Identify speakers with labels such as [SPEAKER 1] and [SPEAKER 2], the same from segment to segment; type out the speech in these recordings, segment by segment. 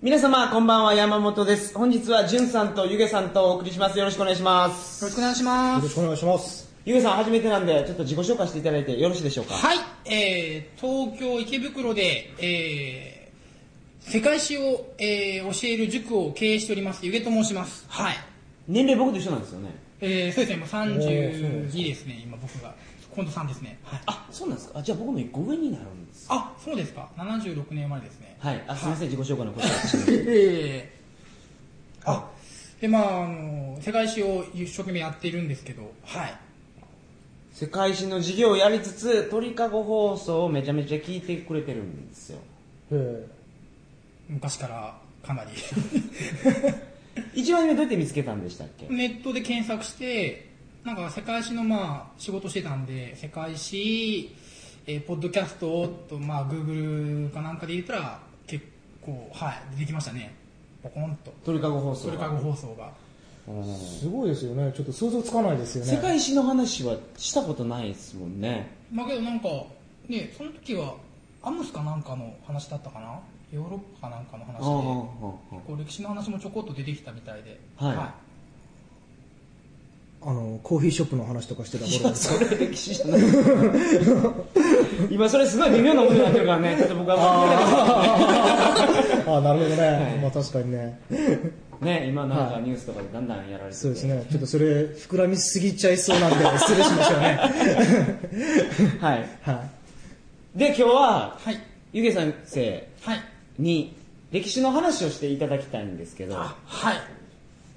[SPEAKER 1] 皆様、こんばんは、山本です。本日は、じゅんさんとゆげさんとお送りします。よろしくお願いします。
[SPEAKER 2] よろしくお願いしま
[SPEAKER 3] ろ
[SPEAKER 2] す。
[SPEAKER 3] しくお願いします。
[SPEAKER 1] ゆげさん、初めてなんで、ちょっと自己紹介していただいてよろしいでしょうか。
[SPEAKER 2] はい、えー、東京池袋で、えー、世界史を、えー、教える塾を経営しております、ゆげと申します。はい。
[SPEAKER 1] 年齢僕と一緒なんですよね。
[SPEAKER 2] えー、そうですね、今
[SPEAKER 3] ーそうなんで
[SPEAKER 2] 32ですね、今僕が。近藤さんですね。はい。
[SPEAKER 1] あ、そうなんですか。あじゃあ僕の一個上になるんです。
[SPEAKER 2] あ、そうですか。76年生まれですね。
[SPEAKER 1] はい。あ、すみません、自己紹介のことは私
[SPEAKER 2] えー、あ、で、まああの、世界史を一生懸命やっているんですけど、はい。
[SPEAKER 1] 世界史の授業をやりつつ、鳥かご放送をめちゃめちゃ聞いてくれてるんですよ。
[SPEAKER 3] え
[SPEAKER 2] 昔からかなり。
[SPEAKER 1] 一番目どうやって見つけたんでしたっけ
[SPEAKER 2] ネットで検索して、なんか世界史のまあ仕事してたんで、世界史、えーポッドキャストをと、まあ、Google かなんかで入れたら、結構、はい、出てきましたね。ポコンと。
[SPEAKER 1] 鳥かご放送
[SPEAKER 2] それ
[SPEAKER 1] が。
[SPEAKER 2] からご放送が。
[SPEAKER 1] うん
[SPEAKER 3] すごいですよね。ちょっと想像つかないですよね。
[SPEAKER 1] 世界史の話はしたことないですもんね。
[SPEAKER 2] まあけどなんか、ね、その時は、アムスかなんかの話だったかなヨーロッパかなんかの話
[SPEAKER 1] う
[SPEAKER 2] で、
[SPEAKER 1] ん
[SPEAKER 2] こ
[SPEAKER 1] うんうんうん
[SPEAKER 2] う歴史の話もちょこっと出てきたみたいで。
[SPEAKER 1] はい
[SPEAKER 3] あの、コーヒーショップの話とかしてた
[SPEAKER 1] い
[SPEAKER 3] 頃
[SPEAKER 1] や、それ歴史じゃない。今それすごい微妙なことになってるからね、ちょっと僕は分からなかっ
[SPEAKER 3] ああ、なるほどね。
[SPEAKER 1] い
[SPEAKER 3] まあ確かにね。
[SPEAKER 1] た。ね、今なんかニュースとかでだんだんやられてて。
[SPEAKER 3] そうですね。ちょっとそれ、膨らみすぎちゃいそうなんで、失礼しました ね。
[SPEAKER 1] はい。
[SPEAKER 3] は
[SPEAKER 1] で、今日は、
[SPEAKER 2] はい。
[SPEAKER 1] ゆげ先生
[SPEAKER 2] はい。
[SPEAKER 1] に歴史の話をしていただきたいんですけど、は
[SPEAKER 2] あ、はい。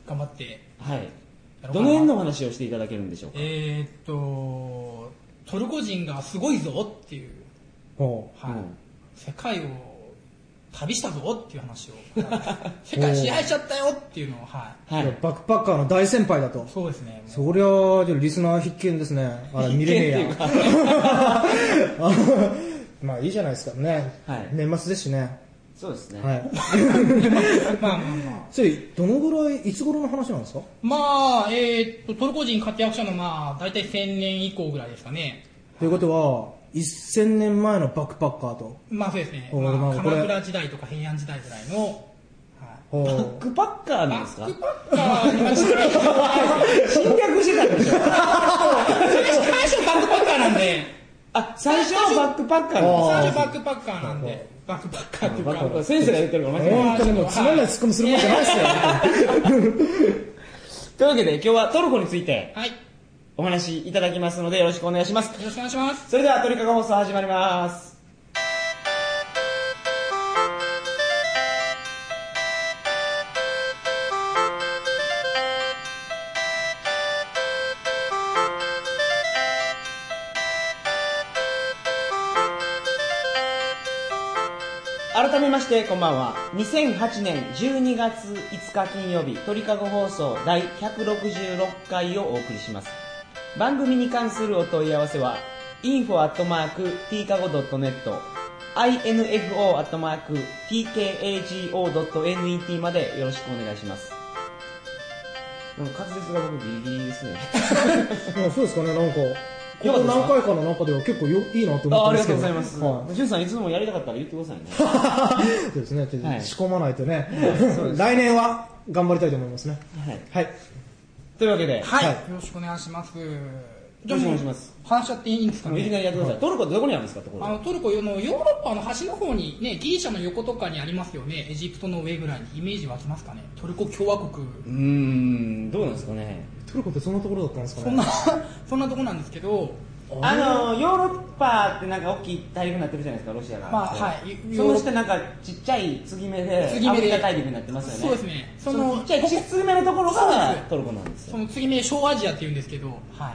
[SPEAKER 2] 頑張って。
[SPEAKER 1] い。
[SPEAKER 2] やろうかな
[SPEAKER 1] どの辺のお話をしていただけるんでしょうか。
[SPEAKER 2] えーっと、トルコ人がすごいぞっていう、
[SPEAKER 3] い。も
[SPEAKER 2] はい
[SPEAKER 1] うん
[SPEAKER 2] 世界を旅したぞっていう話を、世界支配しちゃったよっていうのを、は
[SPEAKER 3] う、
[SPEAKER 1] はい
[SPEAKER 3] や
[SPEAKER 1] い。
[SPEAKER 3] バックパッカーの大先輩だと
[SPEAKER 2] い。。そうですね。もう
[SPEAKER 3] そりゃあ、じゃあリスナー必見ですね。あら、見れねえや
[SPEAKER 1] 必見。
[SPEAKER 3] まあいいじゃないですかね。
[SPEAKER 1] はい
[SPEAKER 3] 年末ですしね。
[SPEAKER 1] そうですね。
[SPEAKER 3] はい。
[SPEAKER 2] まあまあまあ。
[SPEAKER 3] それ、どのぐらい、いつ頃の話なんですか
[SPEAKER 2] まあ、えーっと、トルコ人活躍者のまあ、大体1000年以降ぐらいですかね。
[SPEAKER 3] ということは、1000年前のバックパッカーと。
[SPEAKER 2] まあそうですね。
[SPEAKER 3] お
[SPEAKER 2] ま
[SPEAKER 3] まあ
[SPEAKER 2] あ、
[SPEAKER 3] これ
[SPEAKER 2] 鎌倉時代とか平安時代ぐらいの、はい
[SPEAKER 3] ほ
[SPEAKER 1] バ
[SPEAKER 3] う
[SPEAKER 1] ックパッカーなんですか
[SPEAKER 2] バックパッカーに近い人
[SPEAKER 1] 侵略してたんでしょ
[SPEAKER 2] バックパッカーなんで、
[SPEAKER 1] あ、最初はバックパッカー
[SPEAKER 3] あー
[SPEAKER 1] なん
[SPEAKER 2] 最
[SPEAKER 1] で
[SPEAKER 2] 初バックパッカーなんで、バックパッカーってい
[SPEAKER 1] す
[SPEAKER 2] う
[SPEAKER 1] かバックパッカ
[SPEAKER 2] か
[SPEAKER 1] ー。先生が言ってるから間違いない
[SPEAKER 3] 本当にもうつまんないツッコミするもんじゃないですよ。
[SPEAKER 1] というわけで今日はトルコについて
[SPEAKER 2] はい。よ
[SPEAKER 1] お話しいただきますのでよろしくお願いします。
[SPEAKER 2] ろしくお願いします。
[SPEAKER 1] それでは鳥かご放送始まります。改めましてこんばんは2008年12月5日金曜日鳥かご放送第166回をお送りします番組に関するお問い合わせは info.tkago.net info.tkago.net までよろしくお願いしますなんか滑舌が僕ギリギリです ね
[SPEAKER 3] うんそうですかね、なんか。こ
[SPEAKER 1] よか
[SPEAKER 3] こ
[SPEAKER 1] ったですか
[SPEAKER 3] 何回かの中では結構よいいなと思
[SPEAKER 1] あ
[SPEAKER 3] っ
[SPEAKER 1] あ
[SPEAKER 3] て
[SPEAKER 1] りがとうご
[SPEAKER 3] ますけど。
[SPEAKER 1] ざいます
[SPEAKER 3] は
[SPEAKER 1] しゅんさんいつでもやりたかったら言ってください ね
[SPEAKER 3] いそうですね、ちょっ
[SPEAKER 1] はい
[SPEAKER 3] と仕込まないとね
[SPEAKER 1] そうで。す
[SPEAKER 3] 来年は頑張りたいと思いますね。
[SPEAKER 1] はい
[SPEAKER 3] はい。
[SPEAKER 1] というわけで、
[SPEAKER 2] はい。
[SPEAKER 3] はい
[SPEAKER 2] よろしくお願いします。じ
[SPEAKER 1] よろしくお願いします。
[SPEAKER 2] 話しちゃっていいんですか
[SPEAKER 1] もういきな
[SPEAKER 2] ね。
[SPEAKER 1] りやってくださいトルコってどこにあるんですかところ
[SPEAKER 2] あのトルコのヨーロッパの端の方にねギリシャの横とかにありますよねエジプトの上ぐらいにイメージ湧きますかねトルコ共和国
[SPEAKER 1] うーんどうなんですかね
[SPEAKER 3] トルコってそんなところだったんですか
[SPEAKER 2] そんな
[SPEAKER 3] ね。
[SPEAKER 2] そんなとこなんですけど
[SPEAKER 1] あのヨーロッパってなんか大きい大陸になってるじゃないですかロシアが
[SPEAKER 2] まあはい
[SPEAKER 1] その下なんかちっちゃい継ぎ目で
[SPEAKER 2] 継ぎ目で
[SPEAKER 1] アフリカ大陸になってますよね
[SPEAKER 2] そうですね
[SPEAKER 1] そ
[SPEAKER 2] そ
[SPEAKER 1] のち
[SPEAKER 2] の
[SPEAKER 1] っちゃい継ぎ目のところ
[SPEAKER 2] そう
[SPEAKER 1] が
[SPEAKER 2] です
[SPEAKER 1] トルコなんです
[SPEAKER 2] そ
[SPEAKER 1] よ
[SPEAKER 2] の次目小アジアっていうんですけどはい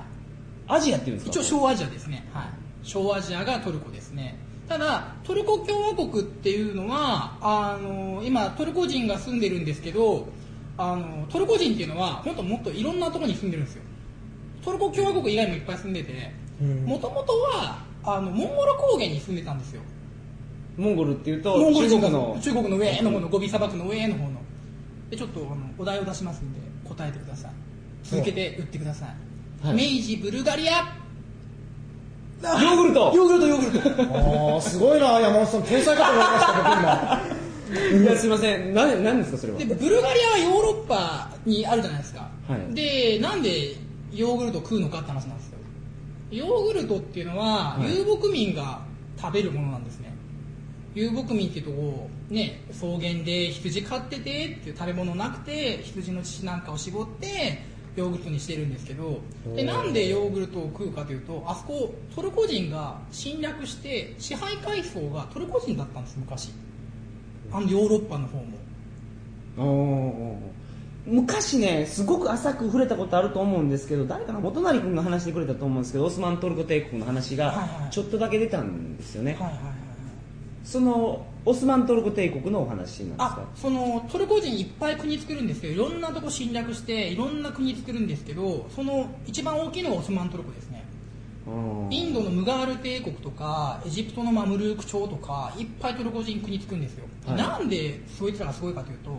[SPEAKER 1] アジアっていうんです
[SPEAKER 2] 一
[SPEAKER 1] か
[SPEAKER 2] 応小アジアですね、はい、小アジアがトルコですねただトルコ共和国っていうのはあの今トルコ人が住んでるんですけどあのトルコ人っていうのはもっともっといろんなところに住んでるんですよトルコ共和国以外もいっぱい住んでて
[SPEAKER 3] うん
[SPEAKER 2] もともとはあのモンゴル高原に住んでたんですよ
[SPEAKER 1] モンゴルっていうと
[SPEAKER 2] モンゴル
[SPEAKER 1] 中
[SPEAKER 2] 人
[SPEAKER 1] 国の
[SPEAKER 2] が中国の上の方のゴビ砂漠の上の方のでちょっとあのお題を出しますんで答えてください続けて打ってください、
[SPEAKER 1] はい
[SPEAKER 2] 明治ブルガリア
[SPEAKER 1] ヨーグルト
[SPEAKER 2] ヨーグルトヨーグルト
[SPEAKER 3] ああ、すごいな、山本さん。天才かと思いましたけど、
[SPEAKER 1] いやすいませんな何ですかそれは
[SPEAKER 2] でブルガリアはヨーロッパにあるじゃないですか、
[SPEAKER 1] はい
[SPEAKER 2] でなんでヨーグルトを食うのかって話なんですよヨーグルトっていうのは、
[SPEAKER 1] はい
[SPEAKER 2] 遊牧民が食べるものなんですね遊牧民っていうとこうね草原で羊飼っててっていう食べ物なくて羊の乳なんかを絞ってヨーグルトにしてるんですけどで
[SPEAKER 1] おー
[SPEAKER 2] なんでヨーグルトを食うかというとあそこトルコ人が侵略して支配階層がトルコ人だったんです昔あのヨーロッパの方も
[SPEAKER 1] おーおー昔ねすごく浅く触れたことあると思うんですけど誰かな元成君が話してくれたと思うんですけどオスマントルコ帝国の話
[SPEAKER 2] はいは
[SPEAKER 1] が
[SPEAKER 2] い
[SPEAKER 1] ちょっとだけ出たんですよね、
[SPEAKER 2] はいはいはいはい
[SPEAKER 1] そのオスマントルコ帝国のお話なんです
[SPEAKER 2] あ
[SPEAKER 1] か
[SPEAKER 2] そのトルコ人いっぱい国作るんですけどいろんなとこ侵略していろんな国作るんですけどその一番大きいのがオスマントルコですね
[SPEAKER 1] うん
[SPEAKER 2] インドのムガール帝国とかエジプトのマムルーク朝とかいっぱいトルコ人国作るんですよ、
[SPEAKER 1] はい
[SPEAKER 2] なんでそいつらがすごいかというと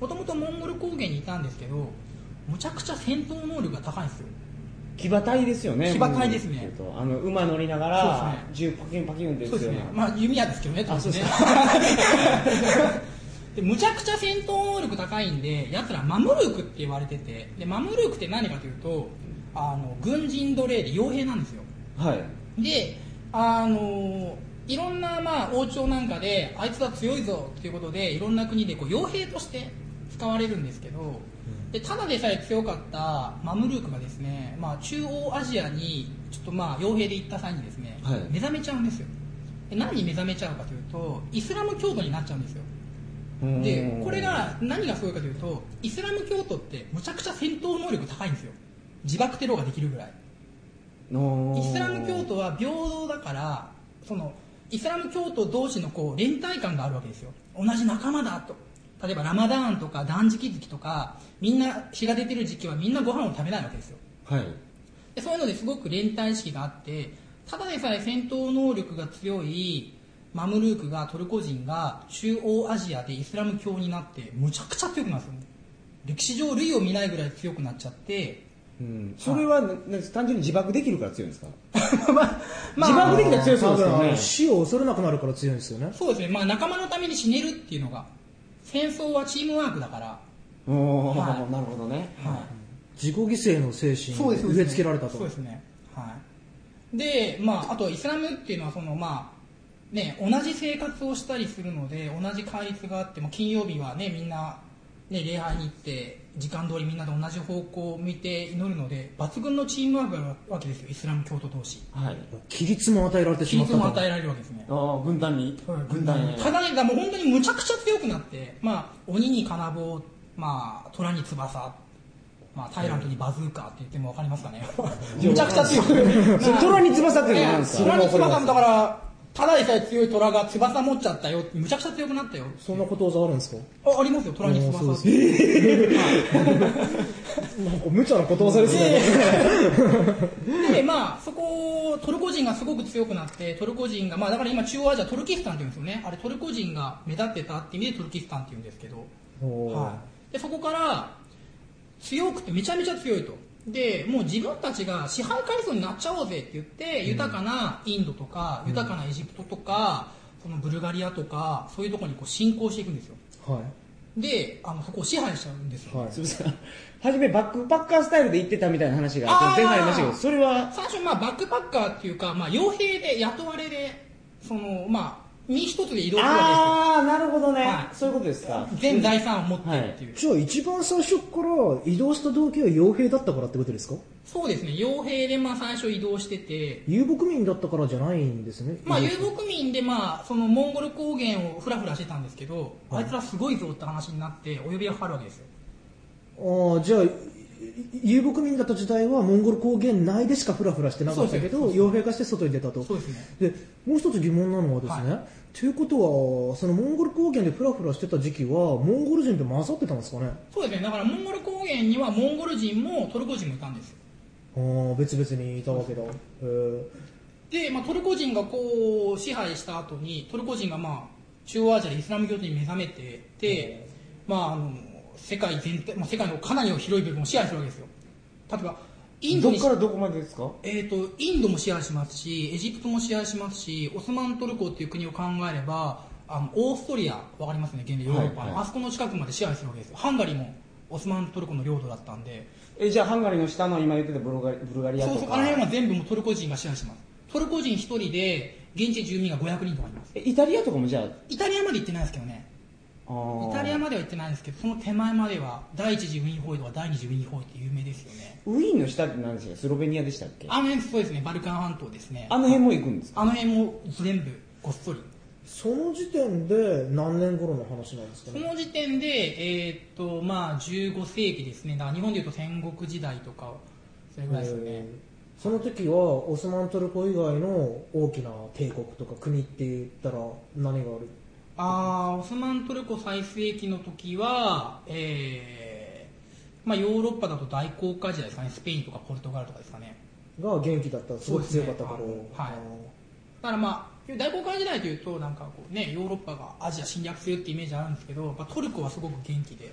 [SPEAKER 2] もともとモンゴル高原にいたんですけどむちゃくちゃ戦闘能力が高いんですよ
[SPEAKER 1] 騎馬隊ですよね
[SPEAKER 2] 騎馬隊ですね
[SPEAKER 1] うんあの馬乗りながら、銃パキンパキンって
[SPEAKER 2] そ
[SPEAKER 1] 打
[SPEAKER 2] うで
[SPEAKER 1] つ
[SPEAKER 2] す
[SPEAKER 1] よう
[SPEAKER 2] ね
[SPEAKER 1] な、
[SPEAKER 2] まあ、弓矢ですけどね、
[SPEAKER 1] あそうですか
[SPEAKER 2] でむちゃくちゃ戦闘能力高いんで、やつらマムルークって言われてて、でマムルークって何かというと、あの軍人奴隷で傭兵なんですよ。
[SPEAKER 1] はい
[SPEAKER 2] で、あのいろんな、まあ、王朝なんかで、あいつは強いぞっていうことで、いろんな国でこう傭兵として使われるんですけど、でただでさえ強かったマムルークがですね、まあ、中央アジアにちょっとまあ傭兵で行った際にですね、
[SPEAKER 1] はい
[SPEAKER 2] 目覚めちゃうんですよで何に目覚めちゃうかというとイスラム教徒になっちゃうんですよでこれが何がすごいかというとイスラム教徒ってむちゃくちゃ戦闘能力高いんですよ自爆テロができるぐらいイ
[SPEAKER 1] イ
[SPEAKER 2] スラム教徒は平等だからそのイスラム教徒同士のこう連帯感があるわけですよ同じ仲間だと例えばラマダーンとか断食月とかみんな日が出てる時期はみんなご飯を食べないわけですよ
[SPEAKER 1] はい
[SPEAKER 2] でそういうのですごく連帯意識があってただでさえ戦闘能力が強いマムルークがトルコ人が中央アジアでイスラム教になってむちゃくちゃ強くなるんですよ歴史上類を見ないぐらい強くなっちゃって
[SPEAKER 1] うん、それは、なな単純に自爆できるから強いんですか、
[SPEAKER 2] まあ
[SPEAKER 1] 自爆できたら強そうです
[SPEAKER 3] 多
[SPEAKER 1] よ
[SPEAKER 3] 分あ
[SPEAKER 1] ね
[SPEAKER 3] の死を恐れなくなるから強いんですよね。
[SPEAKER 2] そうですね、まあ、仲間のために死ねるっていうのが戦争はチームワークだから、
[SPEAKER 1] おー
[SPEAKER 2] は い
[SPEAKER 1] なるほどね
[SPEAKER 2] は
[SPEAKER 3] 自己犠牲の精
[SPEAKER 2] い、
[SPEAKER 3] 神を植え付けられたと。
[SPEAKER 2] そうですね、はい、で、まあ、あとイスラムっていうのはその、まあね、同じ生活をしたりするので同じ戒律があっても金曜日は、ね、みんな、ね、礼拝に行って時間通りみんなで同じ方向を向いて祈るので抜群のチームワークがあるわけですよイスラム教徒同士
[SPEAKER 1] はい
[SPEAKER 3] 規律も与えられてし
[SPEAKER 2] 規律
[SPEAKER 3] まった
[SPEAKER 2] も
[SPEAKER 3] と。
[SPEAKER 2] 与えられるわけですね
[SPEAKER 1] あー軍団に軍団に
[SPEAKER 2] ただね、もう本当にむちゃくちゃ強くなって、まあ、鬼に金棒、まあ、虎に翼、まあ、タイラントにバズーカって言っても分かりますかね、むちゃくちゃ強く
[SPEAKER 1] それ虎に翼っていうのは何ですか
[SPEAKER 2] 虎に翼もだから、ただでさえ強い虎が翼持っちゃったよって、むちゃくちゃ強くなったよ、
[SPEAKER 3] そんなことわざあるんですか
[SPEAKER 2] あありますよ、虎に
[SPEAKER 3] あーそう
[SPEAKER 2] 翼
[SPEAKER 3] で
[SPEAKER 2] っ
[SPEAKER 3] す
[SPEAKER 2] て。
[SPEAKER 3] なんか無茶なことわざですね。
[SPEAKER 2] で、まあ、そこ、トルコ人がすごく強くなって、トルコ人が、まあ、だから今、中央アジア、トルキスタンって言うんですよね、あれ、トルコ人が目立ってたって意味でトルキスタンって言うんですけど。
[SPEAKER 3] おー
[SPEAKER 2] はい、でそこから強くてめちゃめちゃ強いとでもう自分たちが支配階層になっちゃおうぜって言って豊かなインドとか豊かなエジプトとかそのブルガリアとかそういうところにこう侵攻していくんですよ
[SPEAKER 3] はい。
[SPEAKER 2] であのそこを支配しちゃうんですよ、
[SPEAKER 3] はい
[SPEAKER 1] すいません初めバックパッカースタイルで行ってたみたいな話があ
[SPEAKER 2] あ
[SPEAKER 1] っ
[SPEAKER 2] ー
[SPEAKER 1] て前回ありましたけどそれは
[SPEAKER 2] 最初、まあ、バックパッカーっていうか、まあ、傭兵で雇われでその、まあ、身一つで移動するわ
[SPEAKER 1] ああなるほどね、
[SPEAKER 2] はい
[SPEAKER 1] そういうことですか
[SPEAKER 2] けですよ全財産を持ってるっていう、
[SPEAKER 3] じゃあ一番最初から移動した動機は傭兵だったからってことですか
[SPEAKER 2] そうですね傭兵でまあ最初移動してて
[SPEAKER 3] 遊牧民だったからじゃないんですね。
[SPEAKER 2] まあ、遊牧民で、まあ、そのモンゴル高原をふらふらしてたんですけど、あいつらすごいぞって話になってお呼びがかかるわけですよ
[SPEAKER 3] ああじゃあい遊牧民だった時代はモンゴル高原内でしかフラフラしてなかったけ
[SPEAKER 2] そ
[SPEAKER 3] ど
[SPEAKER 2] うですね
[SPEAKER 3] 傭兵化して外に出たと
[SPEAKER 2] そうですね
[SPEAKER 3] でもう一つ疑問なのはですね、ということはそのモンゴル高原でフラフラしてた時期はモンゴル人と混ざってたんですかね
[SPEAKER 2] そうですねだからモンゴル高原にはモンゴル人もトルコ人もいたんですよ
[SPEAKER 3] ああ別々にいたわけだへえ
[SPEAKER 2] で、まあ、トルコ人がこう支配した後にトルコ人がまあ中央アジアでイスラム教徒に目覚めてで、まあ、あの世界全体、まあ、世界のかなりの広い部分を支配するわけですよ例えばインド
[SPEAKER 1] ど
[SPEAKER 2] に
[SPEAKER 1] こからどこまでですか
[SPEAKER 2] えー、とインドも支配しますしエジプトも支配しますしオスマントルコっていう国を考えればあのオーストリアわかりますね現在ヨーロッパの、
[SPEAKER 1] はいはい
[SPEAKER 2] あそこの近くまで支配するわけですよハンガリーもオスマントルコの領土だったんで
[SPEAKER 1] えじゃあハンガリーの下の今言ってたブルガリブルガリア
[SPEAKER 2] そう
[SPEAKER 1] と
[SPEAKER 2] そう
[SPEAKER 1] か
[SPEAKER 2] あの辺は全部もうトルコ人が支配してますトルコ人一人で現地住民が500人とかいます
[SPEAKER 1] えイタリアとかもじゃあ
[SPEAKER 2] イタリアまで行ってないですけどね
[SPEAKER 1] あー
[SPEAKER 2] イタリアまでは行ってないんですけどその手前までは第一次ウィーンホイとか第二次ウィーンホイって有名ですよね
[SPEAKER 1] ウィーンの下って何でしたっけスロベニアでしたっけあ
[SPEAKER 2] あの辺そうですねバルカン半島ですね
[SPEAKER 1] の辺も行くんですか
[SPEAKER 2] あの辺も全部ごっそり
[SPEAKER 3] その時点で何年頃の話なんですか
[SPEAKER 2] そ
[SPEAKER 3] ね
[SPEAKER 2] の時点で、えーっとまあ、15世紀ですねだから日本でいうと戦国時代とかそれぐらいですよね、
[SPEAKER 3] えーその時はオスマントルコ以外の大きな帝国とか国って言ったら何がある
[SPEAKER 2] ああオスマントルコ最盛期の時は、えーまあ、ヨーロッパだと大航海時代ですかねスペインとかポルトガルとかですかね
[SPEAKER 3] が元気だったすごく強かった頃、
[SPEAKER 2] そうですねはい
[SPEAKER 3] あの
[SPEAKER 2] だからまあ大航海時代というとなんかこう、ね、ヨーロッパがアジア侵略するってイメージあるんですけど、まあ、トルコはすごく元気で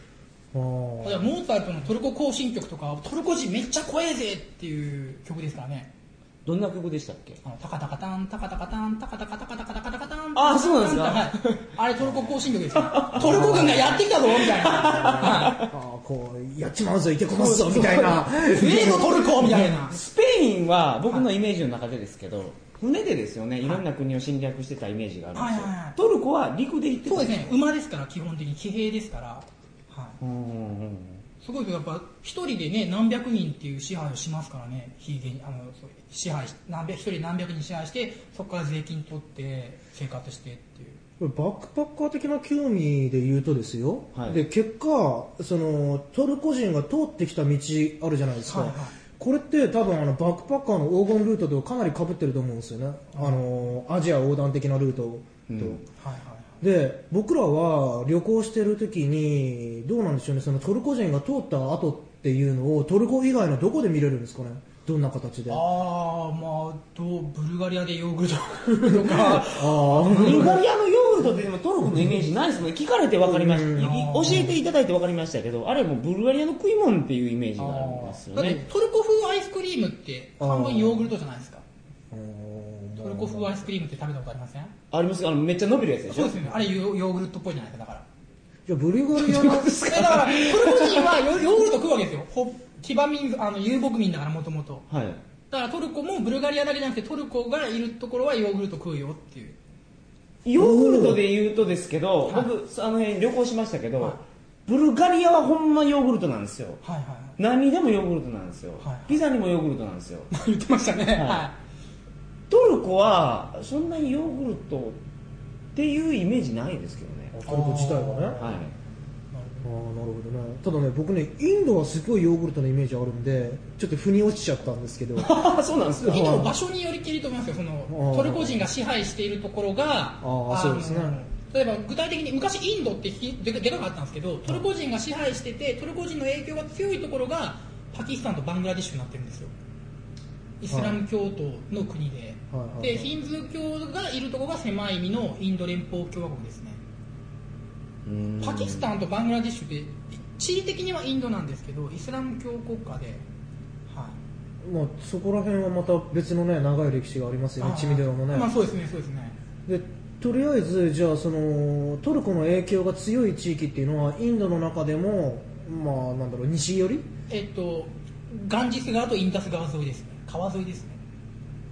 [SPEAKER 3] あ
[SPEAKER 2] 例えばモーツァルトのトルコ行進曲とかはトルコ人めっちゃ怖えぜっていう曲ですからね
[SPEAKER 1] どんな曲でしたっけ
[SPEAKER 2] あのタカタカタンタカタカタンタカタカタカタカタカタカタン
[SPEAKER 1] あそうなんですか
[SPEAKER 2] はい、あれトルコ行進曲ですよトルコ軍がやってきたぞみたいな、は
[SPEAKER 3] あーこうやっちまうぞいてこますぞみたいな
[SPEAKER 2] い、ねえぞトルコみたいな
[SPEAKER 1] スペインは僕のイメージの中でですけど、船でですよねいろんな国を侵略してたイメージがあるんですよ、
[SPEAKER 2] はいはいはい
[SPEAKER 1] トルコは陸で行ってた
[SPEAKER 2] そうですね馬ですから基本的に騎兵ですから、は
[SPEAKER 1] うんうんうん
[SPEAKER 2] い、すごいけどやっぱ一人でね何百人っていう支配をしますからね非現あのそう支配し何百一人何百人支配してそこから税金取って生活してっていう
[SPEAKER 3] これバックパッカー的な興味で言うとですよ、
[SPEAKER 1] はい
[SPEAKER 3] で結果そのトルコ人が通ってきた道あるじゃないですか、
[SPEAKER 2] はいはい
[SPEAKER 3] これって多分あのバックパッカーの黄金ルートとかなり被ってると思うんですよね、あのアジア横断的なルートと。
[SPEAKER 1] うん
[SPEAKER 2] はいはいはい
[SPEAKER 3] で僕らは旅行してる時にどうなんでしょうねそのトルコ人が通った後っていうのをトルコ以外のどこで見れるんですかねどんな形で
[SPEAKER 2] ああまあどうブルガリアでヨーグルトとか
[SPEAKER 3] あー
[SPEAKER 1] ブルガリアのヨーグルトってでもトルコのイメージないですもんね聞かれて分かりました、
[SPEAKER 3] うん
[SPEAKER 1] 教えていただいて分かりましたけどあれもうブルガリアの食い物っていうイメージがありますよ
[SPEAKER 2] だって
[SPEAKER 1] ね
[SPEAKER 2] トルコ風アイスクリームって半分ヨーグルトじゃないですか
[SPEAKER 3] うん
[SPEAKER 2] トルコ風アイスクリームって食べたことありません
[SPEAKER 1] ありますあのめっちゃ伸びるやつでし
[SPEAKER 2] そう
[SPEAKER 1] ょ
[SPEAKER 2] ですよねあれヨーヨーグルトっぽいじゃないですかだから
[SPEAKER 3] じゃあブルガ リア
[SPEAKER 2] え
[SPEAKER 3] の
[SPEAKER 2] だからトルコ人はヨヨーグルト食うわけですよほ騎馬民族あの遊牧民だからもともと
[SPEAKER 1] はい
[SPEAKER 2] だからトルコもブルガリアだけじゃなくてトルコがいるところはヨーグルト食うよっていう
[SPEAKER 1] ヨーグルトで言うとですけど
[SPEAKER 2] はい
[SPEAKER 1] 僕あの辺旅行しましたけど、
[SPEAKER 2] はい
[SPEAKER 1] ブルガリアはほんまヨーグルトなんですよ
[SPEAKER 2] はいはいはい
[SPEAKER 1] 何にでもヨーグルトなんですよ、
[SPEAKER 2] はい
[SPEAKER 1] ピザにもヨーグルトなんですよ
[SPEAKER 2] 言ってましたね、
[SPEAKER 1] い
[SPEAKER 2] は
[SPEAKER 1] トルコはそんなにヨーグルトっていうイメージないですけどね
[SPEAKER 3] トルコ自体はねあ
[SPEAKER 1] はい
[SPEAKER 3] あーなるほどねただね僕ねインドはすごいヨーグルトのイメージあるんでちょっと腑に落ちちゃったんですけどあ
[SPEAKER 1] あそうなんです
[SPEAKER 2] い、
[SPEAKER 1] か
[SPEAKER 2] 結構場所によりけりと思いますよその
[SPEAKER 3] あー
[SPEAKER 2] トルコ人が支配しているところが
[SPEAKER 3] ー
[SPEAKER 2] の
[SPEAKER 3] そうですね
[SPEAKER 2] 例えば具体的に昔インドってひでかでかかったんですけどトルコ人が支配しててトルコ人の影響が強いところがパキスタンとバングラディッシュになってるんですよイスラム教徒の国で、
[SPEAKER 3] はいはい
[SPEAKER 2] でヒンズー教がいるところが狭い意味のインド連邦共和国ですね
[SPEAKER 1] うん
[SPEAKER 2] パキスタンとバングラディッシュって地理的にはインドなんですけどイスラム教国家で、はい、
[SPEAKER 3] まあそこら辺はまた別のね長い歴史がありますよねチミドラもね
[SPEAKER 2] まあそうですねそうですね
[SPEAKER 3] でとりあえずじゃあそのトルコの影響が強い地域っていうのはインドの中でもまあなんだろう西寄り
[SPEAKER 2] えっとガンジス川とインダス川沿いですね川沿いですね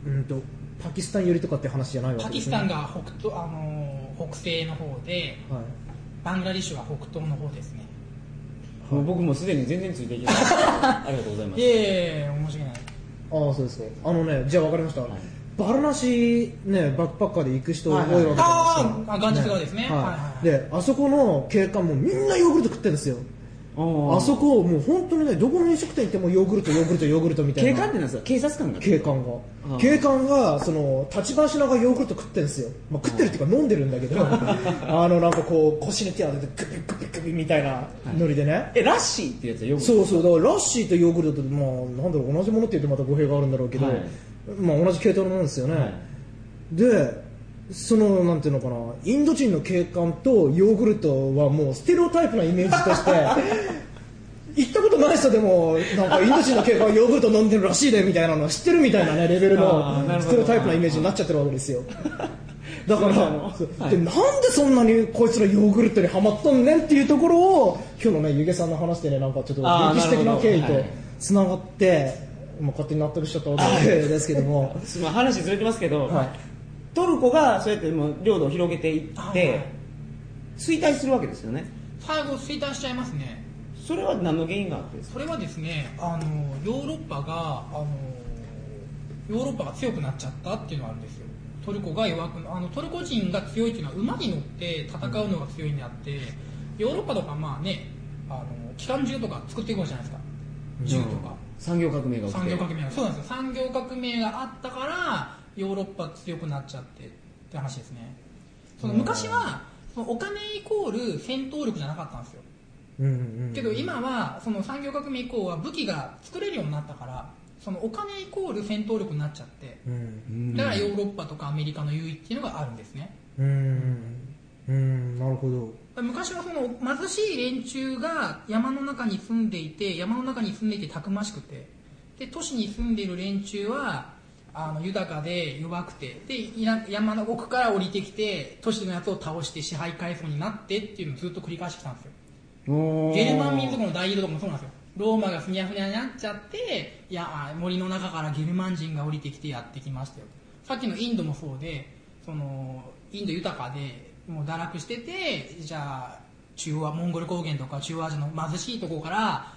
[SPEAKER 3] うんとパキスタン寄りとかって話じゃないわ
[SPEAKER 2] パ
[SPEAKER 3] けで
[SPEAKER 2] キ
[SPEAKER 3] す
[SPEAKER 2] ス
[SPEAKER 3] ね
[SPEAKER 2] タンが北東、あのー北西の方で
[SPEAKER 3] はい
[SPEAKER 2] バングラディッシュが北東の方ですね
[SPEAKER 1] もう僕もすでに全然ついてい けないありがとうございます
[SPEAKER 2] いえいえ面白いない
[SPEAKER 3] ああそうですかあのねじゃあ分かりました、
[SPEAKER 1] い
[SPEAKER 3] バラナシねバックパッカーで行く人多いわけじゃないですか、
[SPEAKER 2] あーあガンジス川ですね
[SPEAKER 3] はい
[SPEAKER 2] はいはいはい
[SPEAKER 3] であそこの景観もみんなヨーグルト食ってるんですよ
[SPEAKER 1] あ
[SPEAKER 3] あそこもう本当にねどこの飲食店行ってもヨーグルトヨーグルトヨーグルトみたい
[SPEAKER 1] 警
[SPEAKER 3] な
[SPEAKER 1] 官ってなんですか警察官が
[SPEAKER 3] 警官
[SPEAKER 1] うん
[SPEAKER 3] が警官がその立ち話しながらヨーグルト食ってるんですよ、まあ、食ってるっていうか飲んでるんだけどあのなんかこう腰に手当ててグビグビグビみたいなノリでね、
[SPEAKER 1] えラッシーってやつはよく
[SPEAKER 3] そうそうだからラッシーとヨーグルトって、まあ、なんだろう同じものって言うとまた語弊があるんだろうけど、
[SPEAKER 1] はい
[SPEAKER 3] まあ、同じ系統のものですよね、
[SPEAKER 1] はい
[SPEAKER 3] でそのなんていうのかなインド人の景観とヨーグルトはもうステレオタイプなイメージ として行ったことない人でもなんかインド人の景観はヨーグルト飲んでるらしいでみたいなのは知ってるみたいな、ね、レベル
[SPEAKER 1] あーな
[SPEAKER 3] の
[SPEAKER 1] るほど
[SPEAKER 3] ステレオタイプなイメージになっちゃってるわけですよだから、
[SPEAKER 1] すいませんあのはい
[SPEAKER 3] でなんでそんなにこいつらヨーグルトにはまっとんねんっていうところを今日のねゆげさんの話でねなんかちょっと
[SPEAKER 1] あー
[SPEAKER 3] 歴史的な経緯
[SPEAKER 1] なるほ
[SPEAKER 3] と
[SPEAKER 1] どはい
[SPEAKER 3] つながって、まあ、勝手に納得しちゃったわけですけども
[SPEAKER 1] すまん話ずれてますけど、
[SPEAKER 3] はい
[SPEAKER 1] トルコがそうやってもう領土を広げていって、
[SPEAKER 2] はいはい
[SPEAKER 1] 衰退するわけですよね
[SPEAKER 2] 最後衰退しちゃいますね
[SPEAKER 1] それは何の原因があってですか
[SPEAKER 2] それはですねあのヨーロッパがあのヨーロッパが強くなっちゃったっていうのはあるんですよトルコが弱くあのトルコ人が強いっていうのは馬に乗って戦うのが強いんであってヨーロッパとかまあねあの機関銃とか作っていこうじゃないですか銃とか、
[SPEAKER 1] 産業革命が起きて
[SPEAKER 2] 産業革命がそうなんですよ産業革命があったからヨーロッパ強くなっちゃってって話ですねその昔はそのお金イコール戦闘力じゃなかったんですよ
[SPEAKER 3] うんうん
[SPEAKER 2] けど今はその産業革命以降は武器が作れるようになったからそのお金イコール戦闘力になっちゃって
[SPEAKER 3] うん
[SPEAKER 1] うん
[SPEAKER 2] だからヨーロッパとかアメリカの優位っていうのがあるんですね
[SPEAKER 3] うんうんなるほど
[SPEAKER 2] 昔はその貧しい連中が山の中に住んでいて山の中に住んでいてたくましくてで都市に住んでいる連中はあの豊かで弱くてでいな山の奥から降りてきて都市のやつを倒して支配階層になってっていうのをずっと繰り返してきたんですよ
[SPEAKER 1] おー
[SPEAKER 2] ゲルマン民族の大移動とかもそうなんですよローマがふにゃふにゃになっちゃっていやあ森の中からゲルマン人が降りてきてやってきましたよさっきのインドもそうでそのインド豊かでもう堕落しててじゃあ中央アモンゴル高原とか中央アジアの貧しいところから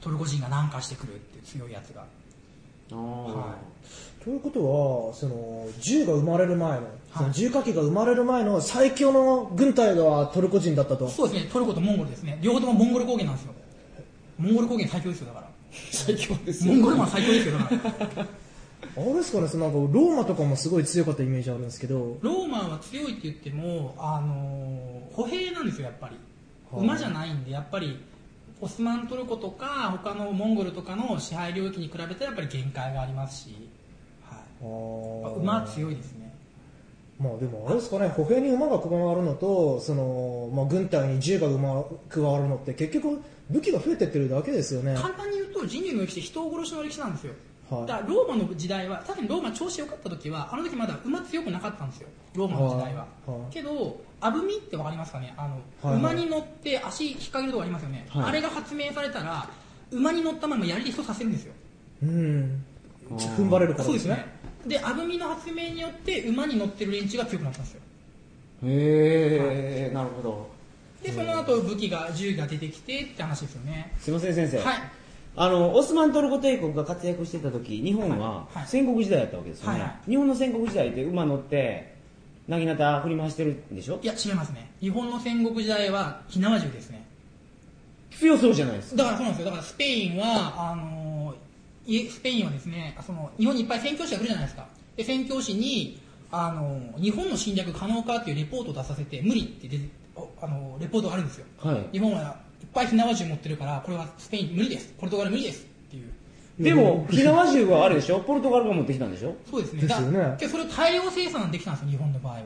[SPEAKER 2] トルコ人が南下してくるっていう強いやつが
[SPEAKER 1] あー
[SPEAKER 2] は
[SPEAKER 3] ということはその銃が生まれる前の、そ
[SPEAKER 2] は
[SPEAKER 3] の
[SPEAKER 2] い
[SPEAKER 3] 銃火器が生まれる前の最強の軍隊がトルコ人だったと
[SPEAKER 2] そうですねトルコとモンゴルですね両方ともモンゴル高原なんですよモンゴル高原最強ですよだから
[SPEAKER 1] 最強です
[SPEAKER 2] モンゴルマン最強ですよだから
[SPEAKER 3] あれですかねそのなんかローマとかもすごい強かったイメージあるんですけど
[SPEAKER 2] ローマは強いって言っても、あのー歩兵なんですよやっぱり
[SPEAKER 3] はい
[SPEAKER 2] 馬じゃないんでやっぱりオスマントルコとか他のモンゴルとかの支配領域に比べたらやっぱり限界がありますし、はい、や
[SPEAKER 3] あ
[SPEAKER 2] っ
[SPEAKER 3] ー
[SPEAKER 2] ぱ馬は強いですね
[SPEAKER 3] まあでもあれですかね歩兵に馬が加わるのとその、まあ、軍隊に銃が馬加わるのって結局武器が増えてってるだけですよね
[SPEAKER 2] 簡単に言うと人類の歴史って人を殺しの歴史なんですよ
[SPEAKER 3] はい
[SPEAKER 2] だからローマの時代は確かにローマ調子良かった時はあの時まだ馬強くなかったんですよローマの時代は
[SPEAKER 3] はいはい
[SPEAKER 2] けどアブミってわかりますかねあの、
[SPEAKER 3] はいは
[SPEAKER 2] 馬
[SPEAKER 3] い
[SPEAKER 2] に乗って足引っ掛けるとこありますよね、
[SPEAKER 1] はい
[SPEAKER 2] あれが発明されたら馬に乗ったまま槍で人させるんですよ
[SPEAKER 3] うん
[SPEAKER 1] あー
[SPEAKER 3] 踏ん張れるから
[SPEAKER 2] そう
[SPEAKER 3] で
[SPEAKER 2] ですす
[SPEAKER 3] ね
[SPEAKER 2] ねでアブミの発明によって馬に乗ってる連中が強くなったんですよ
[SPEAKER 1] へえなるほど
[SPEAKER 2] でその後武器が銃が出てきてって話ですよね
[SPEAKER 1] すいません先生、
[SPEAKER 2] はい
[SPEAKER 1] あのオスマントルコ帝国が活躍してた時日本は
[SPEAKER 2] はいはい
[SPEAKER 1] 戦国時代だったわけですよね、
[SPEAKER 2] はいは
[SPEAKER 1] 日本の戦国時代って馬乗ってなぎなた振り回してるんでしょ
[SPEAKER 2] いや違いますね日本の戦国時代は火縄銃ですね
[SPEAKER 1] 強そうじゃないですか
[SPEAKER 2] だからそうなんですよだからスペインはあのいスペインはですねその日本にいっぱい宣教師が来るじゃないですかで宣教師にあの日本の侵略可能かっていうレポートを出させて無理って出ておあのレポートがあるんですよ
[SPEAKER 1] はい
[SPEAKER 2] 日本はいっぱい火縄銃持ってるからこれはスペイン無理ですポルトガル無理ですっていう
[SPEAKER 1] でも火縄銃はあれでしょポルトガルが持ってきたんでしょ
[SPEAKER 2] そうですね
[SPEAKER 3] ですよね
[SPEAKER 2] だからけどそれを大量生産できたんですよ日本の場合は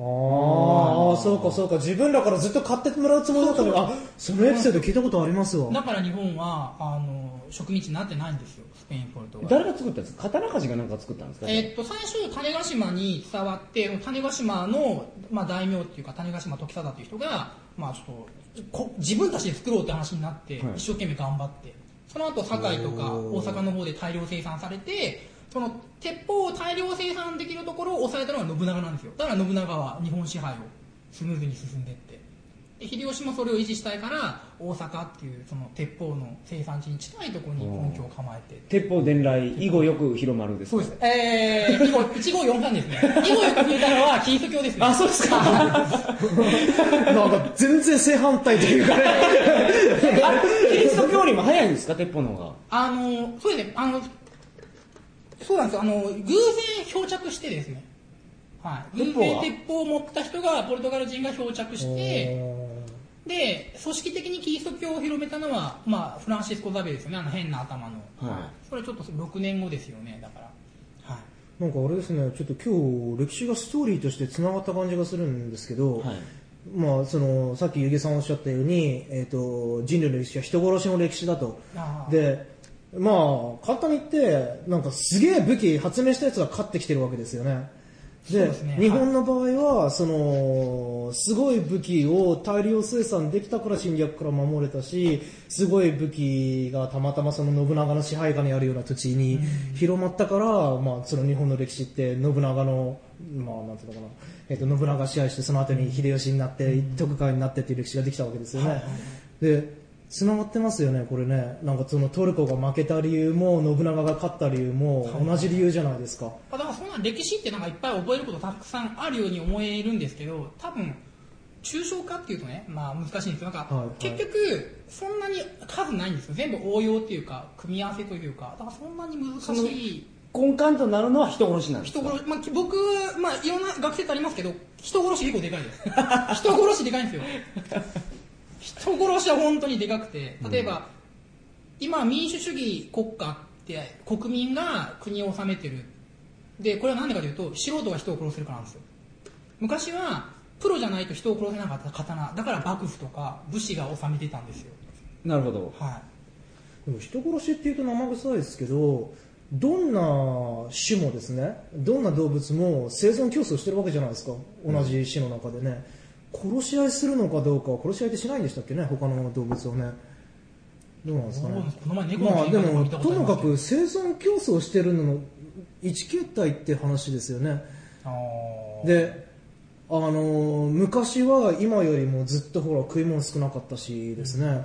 [SPEAKER 3] あーあーそうかそうか自分らからずっと買ってもらうつもりだったのにあそのエピソード聞いたことありますわ
[SPEAKER 2] だから日本はあの植民地になってないんですよスペインポルトガル
[SPEAKER 1] 誰が作ったんですか刀鍛冶が何か作ったんですか、
[SPEAKER 2] えーっと最初種子島に伝わって種子島の、まあ、大名っていうか種子島時貞っていう人が、まあ、ちょっとこ自分たちで作ろうって話になって、
[SPEAKER 1] はい
[SPEAKER 2] 一生懸命頑張ってその後堺とか
[SPEAKER 3] お
[SPEAKER 2] 大
[SPEAKER 3] ー
[SPEAKER 2] 阪の方で大量生産されてその鉄砲を大量生産できるところを抑えたのが信長なんですよだから信長は日本支配をスムーズに進んでってで秀吉もそれを維持したいから大阪っていうその鉄砲の生産地に近いところに根拠を構えて
[SPEAKER 1] 鉄砲伝来以後よく広まるです
[SPEAKER 2] そうです。えー、1543ですね。1543言うたのはキリスト教ですね。
[SPEAKER 1] あそうですか
[SPEAKER 3] なんか全然正反対というかね
[SPEAKER 1] あキリスト教よりも早いんですか鉄砲の方が
[SPEAKER 2] あの、そうですね、あの、そうなんですよ、あの、偶然漂着してですね、はい。偶
[SPEAKER 1] 鉄砲
[SPEAKER 2] 然
[SPEAKER 1] が
[SPEAKER 2] 鉄砲を持った人が、ポルトガル人が漂着して、
[SPEAKER 3] おー
[SPEAKER 2] で、組織的にキリスト教を広めたのは、まあ、フランシスコ・ザベですよね、あの変な頭の。
[SPEAKER 1] は
[SPEAKER 2] それちょっと6年後ですよね、だから。はい。
[SPEAKER 3] なんかあれですね、ちょっと今日歴史がストーリーとして繋がった感じがするんですけど、
[SPEAKER 1] はい
[SPEAKER 3] まあそのさっきゆげさんおっしゃったように、えっ、と人類の歴史は人殺しの歴史だと
[SPEAKER 2] あ。ー
[SPEAKER 3] で、まあ簡単に言ってなんかすげえ武器発明したやつが勝ってきてるわけですよね。
[SPEAKER 2] そうですね
[SPEAKER 3] 日本の場合はそのすごい武器を大量生産できたから侵略から守れたしすごい武器がたまたまその信長の支配下にあるような土地に広まったから、まあ、その日本の歴史って信長の、まあ、なんていうのかな、えっと信長が支配してその後に秀吉になって、徳川になってっていう歴史ができたわけですよね。でつながってますよね、これね、なんかそのトルコが負けた理由も信長が勝った理由も同じ理由じゃないですか。
[SPEAKER 2] あだからそんな歴史ってなんかいっぱい覚えることたくさんあるように思えるんですけど多分抽象化っていうとね、まあ難しいんですよ。なんか、
[SPEAKER 3] はいはい
[SPEAKER 2] 結局、そんなに数ないんですよ。全部応用っていうか、組み合わせというか、だからそんなに難
[SPEAKER 1] その
[SPEAKER 2] しい。
[SPEAKER 1] 根幹となるのは人殺しなんです
[SPEAKER 2] 人
[SPEAKER 1] か
[SPEAKER 2] 殺し、まあ、き僕、まあ、いろんな学生ってありますけど、人殺し結構でかいです。 人殺しでかいんですよ。人殺しは本当にでかくて、例えば、今、民主主義国家って国民が国を治めてる。で、これは何でかというと、素人が人を殺せるからなんですよ。昔は、プロじゃないと人を殺せなかった刀。だから幕府とか武士が治めてたんですよ。
[SPEAKER 1] なるほど
[SPEAKER 2] はい。
[SPEAKER 3] でも人殺しっていうと生臭いですけどどんな種もですねどんな動物も生存競争してるわけじゃないですか同じ種の中でね、殺し合いするのかどうかは殺し合いってしないんでしたっけね他の動物はねどうなんですかね
[SPEAKER 2] この前猫の
[SPEAKER 3] まあ
[SPEAKER 2] 喧
[SPEAKER 3] で
[SPEAKER 2] 嘩とか
[SPEAKER 3] も
[SPEAKER 2] 見たことあ
[SPEAKER 3] と
[SPEAKER 2] りま
[SPEAKER 3] も
[SPEAKER 2] すけ
[SPEAKER 3] か
[SPEAKER 2] ど
[SPEAKER 3] く生存競争してるのの一球体って話ですよね
[SPEAKER 2] あー
[SPEAKER 3] であのー昔は今よりもずっとほら食い物少なかったしですね、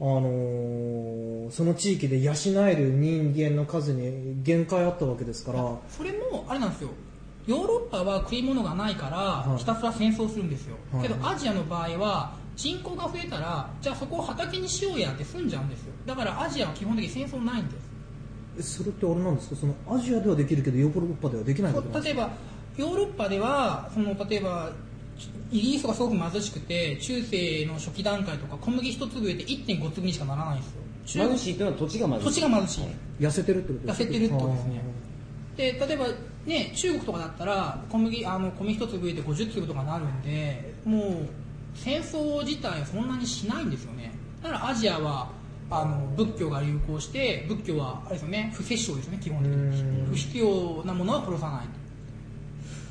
[SPEAKER 3] あのーその地域で養える人間の数に限界あったわけですからは
[SPEAKER 2] それもあれなんですよヨーロッパは食い物がないから、
[SPEAKER 3] はい
[SPEAKER 2] ひたすら戦争するんですよ、
[SPEAKER 3] は
[SPEAKER 2] け
[SPEAKER 3] い
[SPEAKER 2] どアジアの場合は人口が増えたらじゃあそこを畑にしようやって住んじゃうんですよだからアジアは基本的に戦争ないんです
[SPEAKER 3] それってあれなんですかそのアジアではできるけどヨーロッパではできないことなんで
[SPEAKER 2] 例えばヨーロッパではその例えばイギリスがすごく貧しくて中世の初期段階とか小麦一粒植えて1.5粒にしかならないんですよ中
[SPEAKER 1] 貧しいというのは土地が貧しい
[SPEAKER 2] 土地が貧しい
[SPEAKER 3] 痩せてるってこと
[SPEAKER 2] 痩せてるってことですねで例えば、ね、中国とかだったら小麦あの米一粒植えて50粒とかなるんでもう戦争自体はそんなにしないんですよねだからアジアはあの仏教が流行して仏教はあれですよね不殺生ですね基本的に
[SPEAKER 3] うん
[SPEAKER 2] 不必要なものは殺さない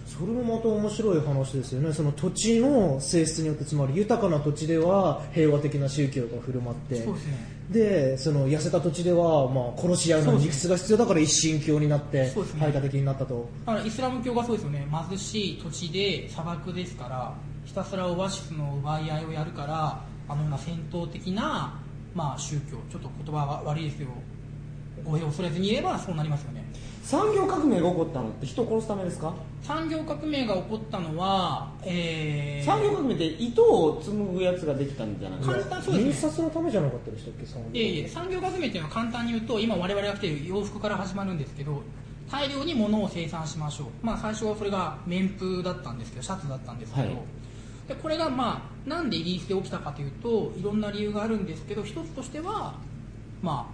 [SPEAKER 3] それもまた面白い話ですよねその土地の性質によってつまり豊かな土地では平和的な宗教が振る舞って
[SPEAKER 2] そうですね
[SPEAKER 3] でその痩せた土地では、まあ、殺し合うのに理屈が必要だから一神教になって
[SPEAKER 2] そうですね
[SPEAKER 3] 排他的になったと、
[SPEAKER 2] だからイスラム教がそうですよね貧しい土地で砂漠ですからひたすらオアシスの奪い合いをやるからあのような戦闘的な、まあ、宗教ちょっと言葉は悪いですけど語弊を恐れずに言えばそうなりますよね
[SPEAKER 1] 産業革命が起こったのって人を殺すためですか、
[SPEAKER 2] 産業革命が起こったのは、えー、
[SPEAKER 1] 産業革命って糸を紡ぐやつができたんじゃないです
[SPEAKER 2] 簡
[SPEAKER 1] か
[SPEAKER 2] 単そう
[SPEAKER 3] 入
[SPEAKER 2] ですね
[SPEAKER 3] 札のためじゃなかったでしたっけその
[SPEAKER 2] いえいえ産業革命っていうのは簡単に言うと今我々が着ている洋服から始まるんですけど大量に物を生産しましょう、まあ、最初はそれが綿布だったんですけどシャツだったんですけど、
[SPEAKER 1] はい
[SPEAKER 2] でこれがまあなんでイギリスで起きたかというといろんな理由があるんですけど一つとしてはまあ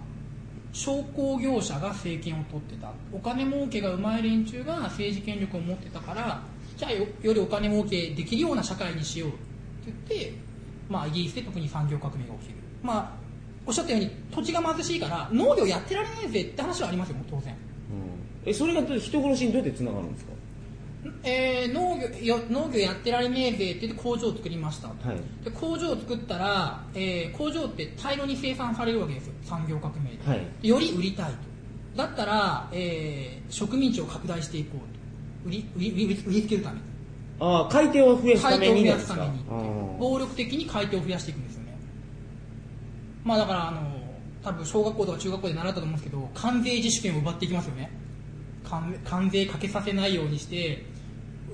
[SPEAKER 2] 商工業者が政権を取ってたお金儲けがうまい連中が政治権力を持ってたからじゃあよよりお金儲けできるような社会にしようって言って、まあ、イギリスで特に産業革命が起きる、まあ、おっしゃったように土地が貧しいから農業やってられないぜって話はありますよもう当然、
[SPEAKER 1] うんえそれが人殺しにどうやってつながるんですか
[SPEAKER 2] えー農業よ農業やってられねえぜって言って工場を作りましたと、
[SPEAKER 1] はい
[SPEAKER 2] で工場を作ったら、えー工場って大量に生産されるわけですよ産業革命で、
[SPEAKER 1] はい
[SPEAKER 2] でより売りたいとだったら、えー植民地を拡大していこうと売り売り売り売りつけるために
[SPEAKER 1] ああ買い手を増やすた
[SPEAKER 2] 買い手
[SPEAKER 1] め
[SPEAKER 2] を
[SPEAKER 1] に
[SPEAKER 2] 増
[SPEAKER 1] なん
[SPEAKER 2] や
[SPEAKER 1] ですす
[SPEAKER 2] た
[SPEAKER 1] か
[SPEAKER 2] めにって
[SPEAKER 1] あー
[SPEAKER 2] 暴力的に買い手を増やしていくんですよねまあだからあの多分小学校とか中学校で習ったと思うんですけど関税自主権を奪っていきますよね関関税かけさせないようにして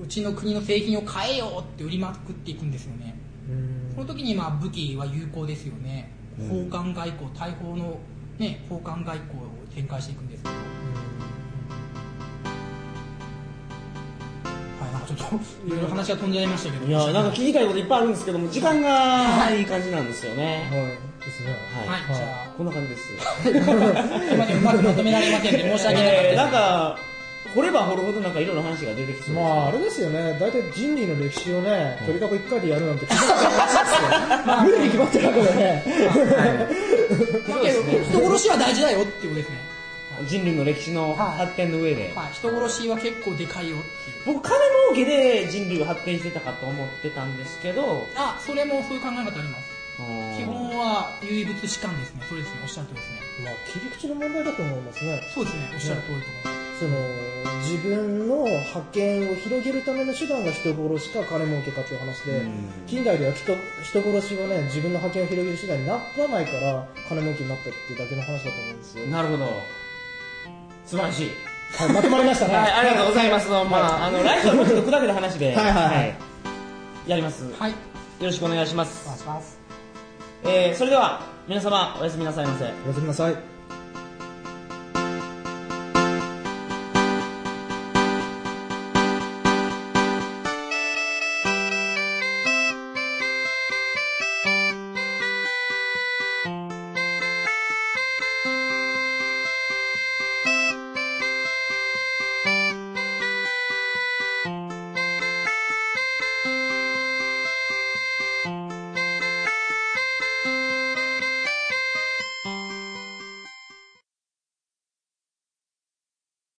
[SPEAKER 2] うちの国の製品を買えよって売りまくっていくんですよね
[SPEAKER 3] うん
[SPEAKER 2] その時にまあ武器は有効ですよね
[SPEAKER 1] うん
[SPEAKER 2] 交換外交大砲の、ね、交換外交を展開していくんですけどはいなんかちょっ といろいろ話が飛んじゃいましたけど
[SPEAKER 1] いやーなんか聞きたいこといっぱいあるんですけども時間がいい感じなんですよね
[SPEAKER 3] はいですね、
[SPEAKER 1] はい、
[SPEAKER 2] はい、
[SPEAKER 3] はい
[SPEAKER 2] じゃあ
[SPEAKER 1] こんな感じです
[SPEAKER 2] すいませんうまくまとめられませんで申し訳なかった
[SPEAKER 1] え
[SPEAKER 2] で
[SPEAKER 1] ー
[SPEAKER 2] す、
[SPEAKER 1] なんか掘れば掘るほどなんかいろいろ話が出てきそうです、
[SPEAKER 3] まああれですよね大体人類の歴史をね鳥かご1回でやるなんて無理に決まってるわけだね
[SPEAKER 2] まあけど人殺しは大事だよっていうことですね。
[SPEAKER 1] 人類の歴史の
[SPEAKER 2] はい
[SPEAKER 1] 発展の上で、
[SPEAKER 2] まあ、人殺しは結構でかいよっていう
[SPEAKER 1] 僕金儲けで人類を発展してたかと思ってたんですけど
[SPEAKER 2] あそれもそういう考え方あります
[SPEAKER 1] うん
[SPEAKER 2] 基本は唯物史観ですねそれですねおっしゃる通りですね
[SPEAKER 3] まあ、切り口の問題だと思いますね
[SPEAKER 2] そうですねおっしゃる通りと思います、
[SPEAKER 3] その自分の覇権を広げるための手段が人殺しか金儲けかっていう話
[SPEAKER 1] う
[SPEAKER 3] で、
[SPEAKER 1] ん
[SPEAKER 3] 近代では人人殺しはね自分の覇権を広げる手段にならないから金儲けになったっていうだけの話だと思うんですよ、
[SPEAKER 1] なるほど素晴らしい
[SPEAKER 3] はい、まとまりましたね
[SPEAKER 1] はい、ありがとうございます。まあ、あの、来週はもうちょっと砕けた話で、
[SPEAKER 3] はいはいはい
[SPEAKER 1] やります。よ
[SPEAKER 2] はい
[SPEAKER 1] ろしくお願いしま
[SPEAKER 2] お願い
[SPEAKER 1] す。
[SPEAKER 2] します
[SPEAKER 1] えー、それでは、皆様、おやすみなさいませ。
[SPEAKER 3] おやすみなさい